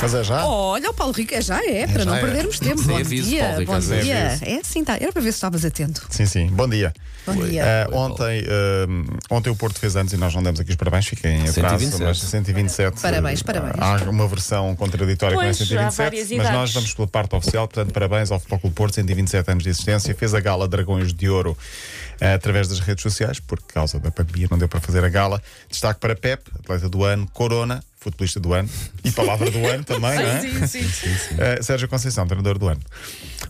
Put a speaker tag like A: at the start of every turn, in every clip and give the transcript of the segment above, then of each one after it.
A: Mas é já?
B: Oh.
C: Olha, o Paulo Rico é já é, para
A: já
C: não
A: é.
C: perdermos tempo.
D: Sem
C: bom
D: aviso,
C: dia,
D: Paulo Rico,
C: bom
D: sem
C: dia.
D: aviso.
C: É assim, tá. Era para ver se estavas atento.
A: Sim, sim. Bom dia.
C: Bom
D: Oi.
C: dia.
B: É.
A: Ah,
D: Paulo.
A: ontem, ah, ontem o Porto fez anos e nós não demos aqui os parabéns, fiquem em atraso,
D: 127.
A: mas 127.
C: Parabéns,
A: ah,
C: parabéns.
A: Há uma versão contraditória
B: Pois,
A: com a
B: há várias
A: 127, mas nós
B: idades.
A: vamos pela parte oficial, portanto, parabéns ao Futebol Clube Porto, 127 anos de existência, fez a gala Dragões de Ouro ah, através das redes sociais, por causa da pandemia não deu para fazer a gala. Destaque para Pep, atleta do ano, Corona, futebolista do ano e palavra do ano também, não é?
B: Sim, sim, sim.
A: Uh, Sérgio Conceição, treinador do ano.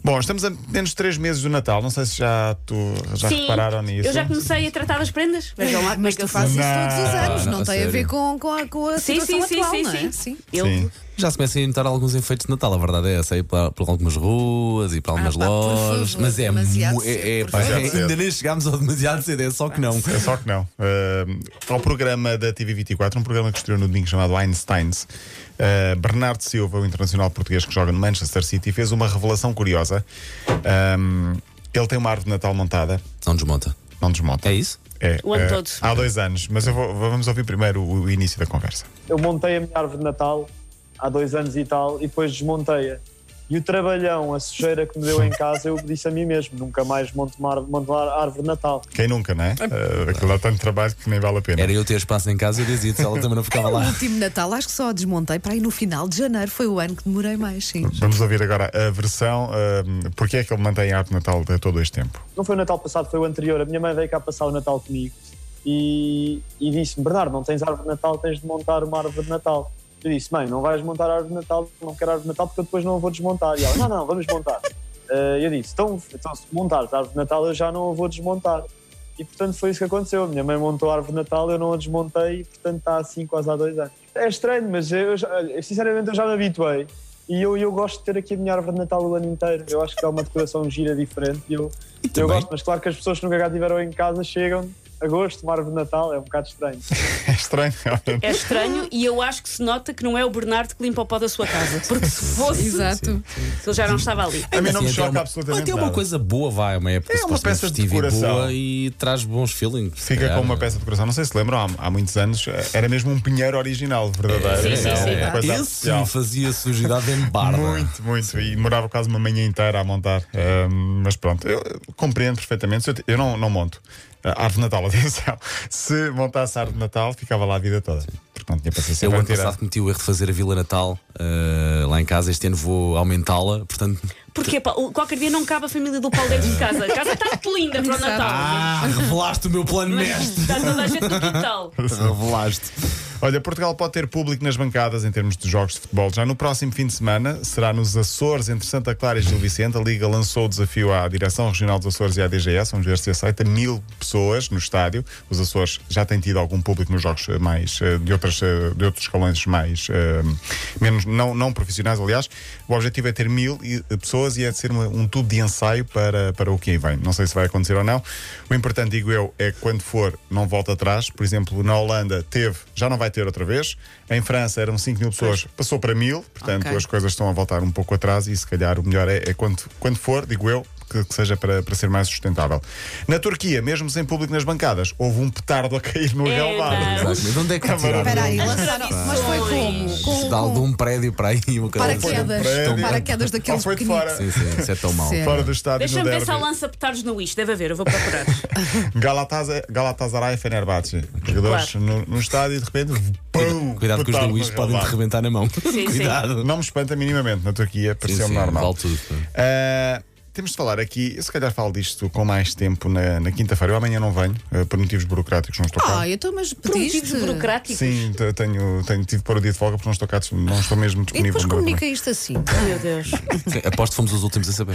A: Bom, estamos a menos de 3 meses do Natal. Não sei se já, tu, já
B: Sim,
A: repararam nisso.
B: Eu já comecei a tratar das prendas. Vejam lá como é
C: Mas
B: que eu
C: tu
B: faço.
C: fazes isso
A: Não.
C: todos os anos,
D: Não,
C: não,
D: a
C: tem a
D: sério.
C: ver com, com a, com a
B: Sim,
C: situação
B: sim, sim,
C: atual,
B: sim,
C: não é?
B: sim. Eu,
A: Sim.
D: Já se começa a notar alguns efeitos de Natal, a verdade é essa, aí por, por algumas ruas e por algumas
C: Ah, pá, por
D: lojas,
C: favor,
D: mas é,
C: demasiado
D: mu-
C: cedo,
D: é, é,
C: por
D: pá,
A: favor.
D: é- ainda nem chegámos ao demasiado cedo, é só que não.
A: É só que não. Uh, ao programa da TV24, um programa que estreou no domingo chamado Einsteins, uh, Bernardo Silva, o internacional português que joga no Manchester City, fez uma revelação curiosa. Um, ele tem uma árvore de Natal montada,
D: Não desmonta.
A: não desmonta.
D: É isso?
A: É,
B: O ano
A: uh,
B: todo.
A: Há dois anos, mas eu vou- vamos ouvir primeiro o, o início da conversa.
E: Eu montei a minha árvore de Natal há dois anos e tal e depois desmontei-a. E o trabalhão, a sujeira que me deu em casa, eu disse a mim mesmo: nunca mais monto uma, árvore- monto uma árvore de Natal.
A: Quem nunca, não é? Uh, aquilo dá tanto trabalho que nem vale a pena.
D: Era eu ter espaço em casa e eu dizia se ela também não ficava
C: O
D: lá.
C: último Natal, acho que só desmontei para ir no final de janeiro. Foi o ano que demorei mais, sim.
A: Vamos ouvir agora a versão. ah, porque é que ele mantém a arte natal de todo este tempo?
E: Não foi o Natal passado, foi o anterior. A minha mãe veio cá passar o Natal comigo e, e disse-me: Bernardo, não tens árvore de Natal, tens de montar uma árvore de Natal. Eu disse: Mãe, não vais montar árvore de Natal, não quero árvore de Natal porque eu depois não a vou desmontar. E ela: Não, não, vamos montar. Eh, eu disse: então, então, se montares a árvore de Natal, eu já não a vou desmontar. E portanto foi isso que aconteceu. A minha mãe montou a árvore de Natal, eu não a desmontei e portanto está assim quase há dois anos. É estranho, mas eu, já- olha, sinceramente eu já me habituei. E eu, eu gosto de ter aqui a minha árvore de Natal o ano inteiro. Eu acho que é uma decoração gira diferente e eu, eu
D: também-
E: gosto. Mas claro que as pessoas que nunca cá tiveram em casa chegam a gosto de uma árvore de Natal, é um bocado estranho.
A: É estranho, realmente.
B: é estranho e eu acho que se nota que não é o Bernardo que limpa o pó da sua casa. Porque se fosse,
C: Exato.
B: ele já não estava ali.
A: A mim não me
D: Assim, até
A: choca
D: uma-
A: absolutamente
D: Até
A: nada.
D: uma coisa boa, vai, uma época
A: É uma
D: supostamente
A: peça de
D: festiva e
A: decoração.
D: boa e traz bons feelings. se
A: Fica
D: calhar.
A: com uma peça de coração. Não sei se lembram, há, há muitos anos eh, era mesmo um pinheiro original, verdadeiro.
B: Sim,
A: não
B: sim, sim.
A: uma coisa artificial.
D: É, Esse fazia sujidade em barba.
A: Muito, muito. E morava quase uma manhã inteira a montar. Ahm, mas pronto, eu eh, compreendo perfeitamente. Se Eu, te- eu não, não monto. A árvore de Natal, atenção. Se montasse a árvore de Natal, ficava lá a vida toda. Porque não tinha paciência
D: Eu
A: para
D: ano
A: tirar.
D: passado cometi É o erro de fazer a Vila Natal eh, lá em casa, este ano vou aumentá-la, portanto.
B: Porque pá, o- qualquer dia não cabe a família do Paulo dentro de casa. A casa está muito linda para o
C: Exato.
B: Natal.
A: Ah.
D: Ah, revelaste o meu plano
B: Mas está toda a gente no quintal.
D: Revelaste.
A: Olha, Portugal pode ter público nas bancadas em termos de jogos de futebol. Já no próximo fim de semana será nos Açores, entre Santa Clara e Gil Vicente. A Liga lançou o desafio à Direção Regional dos Açores e à DGS. Vamos ver se aceita mil pessoas no estádio. Os Açores já têm tido algum público nos jogos eh, mais eh, de, outras, eh, de outros escalões mais eh, menos não, não profissionais, aliás. O objetivo é ter mil e- pessoas e é de ser uma- um tubo de ensaio para, para o que aí vem. Não sei se vai acontecer ou não. O importante, digo eu, é que quando for, não volta atrás. Por exemplo, na Holanda teve, já não vai ter outra vez. Em França eram 5 mil pessoas, passou para mil. Portanto,
C: Ok.
A: as coisas estão a voltar um pouco atrás e se calhar o melhor é, é quando, quando for, digo eu. Que, que seja para, para ser mais sustentável. Na Turquia, mesmo sem público nas bancadas, houve um petardo a cair no
B: É,
A: relvado.
B: não.
D: Mas onde é que
A: Espera
D: tiraram?
C: Espera aí,
B: As
C: lançaram- mas foi como? Com,
D: Dá de
C: com
D: um prédio para aí, uma coisa assim.
C: paraquedas,
A: prédio.
C: paraquedas daqueles
A: Ou foi de
C: pequeninos.
A: fora.
D: Sim, sim, isso é tão mau.
C: Sério.
A: Fora do estádio no
B: Deixa-me ver
A: derby.
B: se há um lança-petardos no Wish. Deve haver, eu vou procurar.
A: Galatasaray, Galatasaray e Fenerbahçe. Jogadores no, no estádio e de repente. Pum,
D: Cuidado que os
A: petardo
D: do Luís
A: no
D: podem te
A: relvado.
D: rebentar na mão.
B: sim.
D: Cuidado.
A: Não me espanta minimamente na Turquia, pareceu-me é
D: sim,
A: normal.
D: vale tudo.
A: Ah, temos de falar aqui, eu se calhar falo disto com mais tempo na, na quinta-feira. Eu amanhã não venho, ah, por motivos burocráticos, não estou cá.
C: Ah, eu estou, mas
B: Por
C: pediste.
B: motivos burocráticos.
A: Sim, t- tenho, tenho tido para o dia de folga porque não estou cá, dis- não estou mesmo
C: E
A: disponível.
C: depois
A: no-
C: comunica isto assim.
B: Meu Deus.
D: Sim, Aposto que fomos os últimos a saber.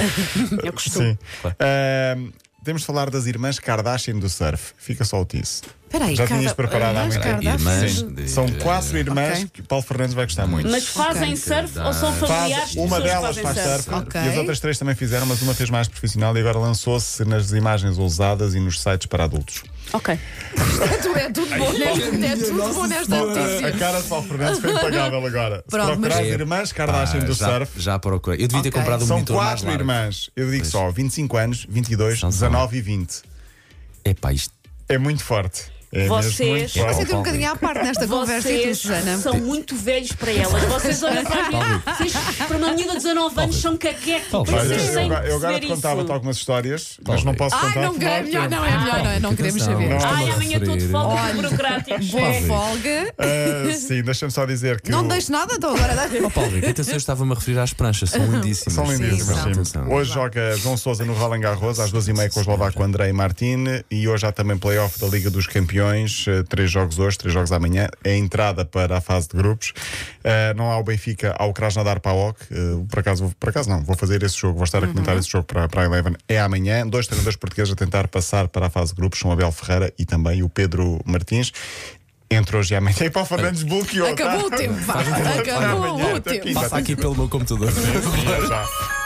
B: Eu costumo.
A: Sim. Ah, temos de falar das irmãs Kardashian do surf. Fica só o tease.
C: Espera aí,
A: Já tinhas
C: Carla-
A: preparado há
C: Mas,
A: muito tempo.
C: Carla,
D: Irmãs
C: faz-
D: de-
A: São quatro irmãs
C: Ok.
A: que o Paulo Fernandes vai gostar muito.
B: Mas fazem
C: Ok.
B: surf ou são familiares
A: Faz,
B: de
A: uma
B: pessoas que
A: delas
B: fazem
A: faz surf
C: Ok.
A: e as outras três também fizeram, mas uma fez mais profissional e agora lançou-se nas imagens ousadas e nos sites para adultos.
B: Ok.
C: Tu é tudo bom nesta, é tudo bom nesta
A: A, a
C: notícia.
A: cara de Paulo Fernandes foi impagável agora.
C: Pronto,
A: Se procurar as
D: mas-
A: irmãs Kardashian
D: Ah,
A: do
D: já,
A: surf,
D: Já procurei. Eu devia ter
C: Ok.
D: comprado um
A: são
D: monitor mais
A: quatro
D: largo.
A: irmãs. Eu digo só, 25 anos, 22,
D: São só.
A: 19 e 20.
D: Epá, isto
A: É muito forte. É
B: Vocês-
A: mesmo muito
B: Eu
C: Vai
A: forte.
C: sentir um bocadinho à parte nesta conversa e tu,
B: Vocês
C: Susana.
B: são muito velhos para elas. Vocês olham para mim, vocês, para uma menina de 19 anos, são caquéticos.
D: Talvez.
A: Olha,
B: Vocês têm
A: eu,
B: que
A: agora- eu agora
B: perceber
A: te
B: isso.
A: contava-te algumas histórias, mas
D: Talvez.
A: não posso
C: Ai,
A: contar.
C: não,
A: porque
C: é
A: há
C: melhor
A: tempo.
C: não, é melhor não, é, não queremos
D: Atenção.
C: saber.
A: Não.
B: Ai, amanhã estou de folga
C: Olha.
B: de burocráticos.
C: Boa
D: Talvez.
C: folga.
A: Ah, sim, deixa-me só dizer que.
C: Não
A: o-
C: deixo nada, então agora dá.
D: Ó Paulo Rico, atenção, eu estava-me a referir às pranchas, são lindíssimas.
A: São lindíssimas,
C: são.
A: sim.
D: Atenção.
A: Hoje joga João Souza no Roland Garros às 12h30 com o eslovaco Andrei Martin e hoje há também playoff da Liga dos Campeões. eh, Três jogos hoje, três jogos amanhã. É a entrada para a fase de grupos. Eh, não há o Benfica, há o Krasnodar Paok. Eh, por, acaso, vou- por acaso não, vou fazer esse jogo, vou estar a
C: Uhum.
A: comentar esse jogo para, para a Eleven. É amanhã. Dois treinadores portugueses a tentar passar para a fase de grupos são Abel Ferreira e também o Pedro Martins. Entre hoje e amanhã. E Paulo Fernandes bloqueou. tá?
C: Acabou o tempo, vá.
A: Até
C: Acabou
A: amanhã,
C: o
A: até
C: tempo.
A: quinta.
D: Passa aqui pelo meu computador.
A: Até já.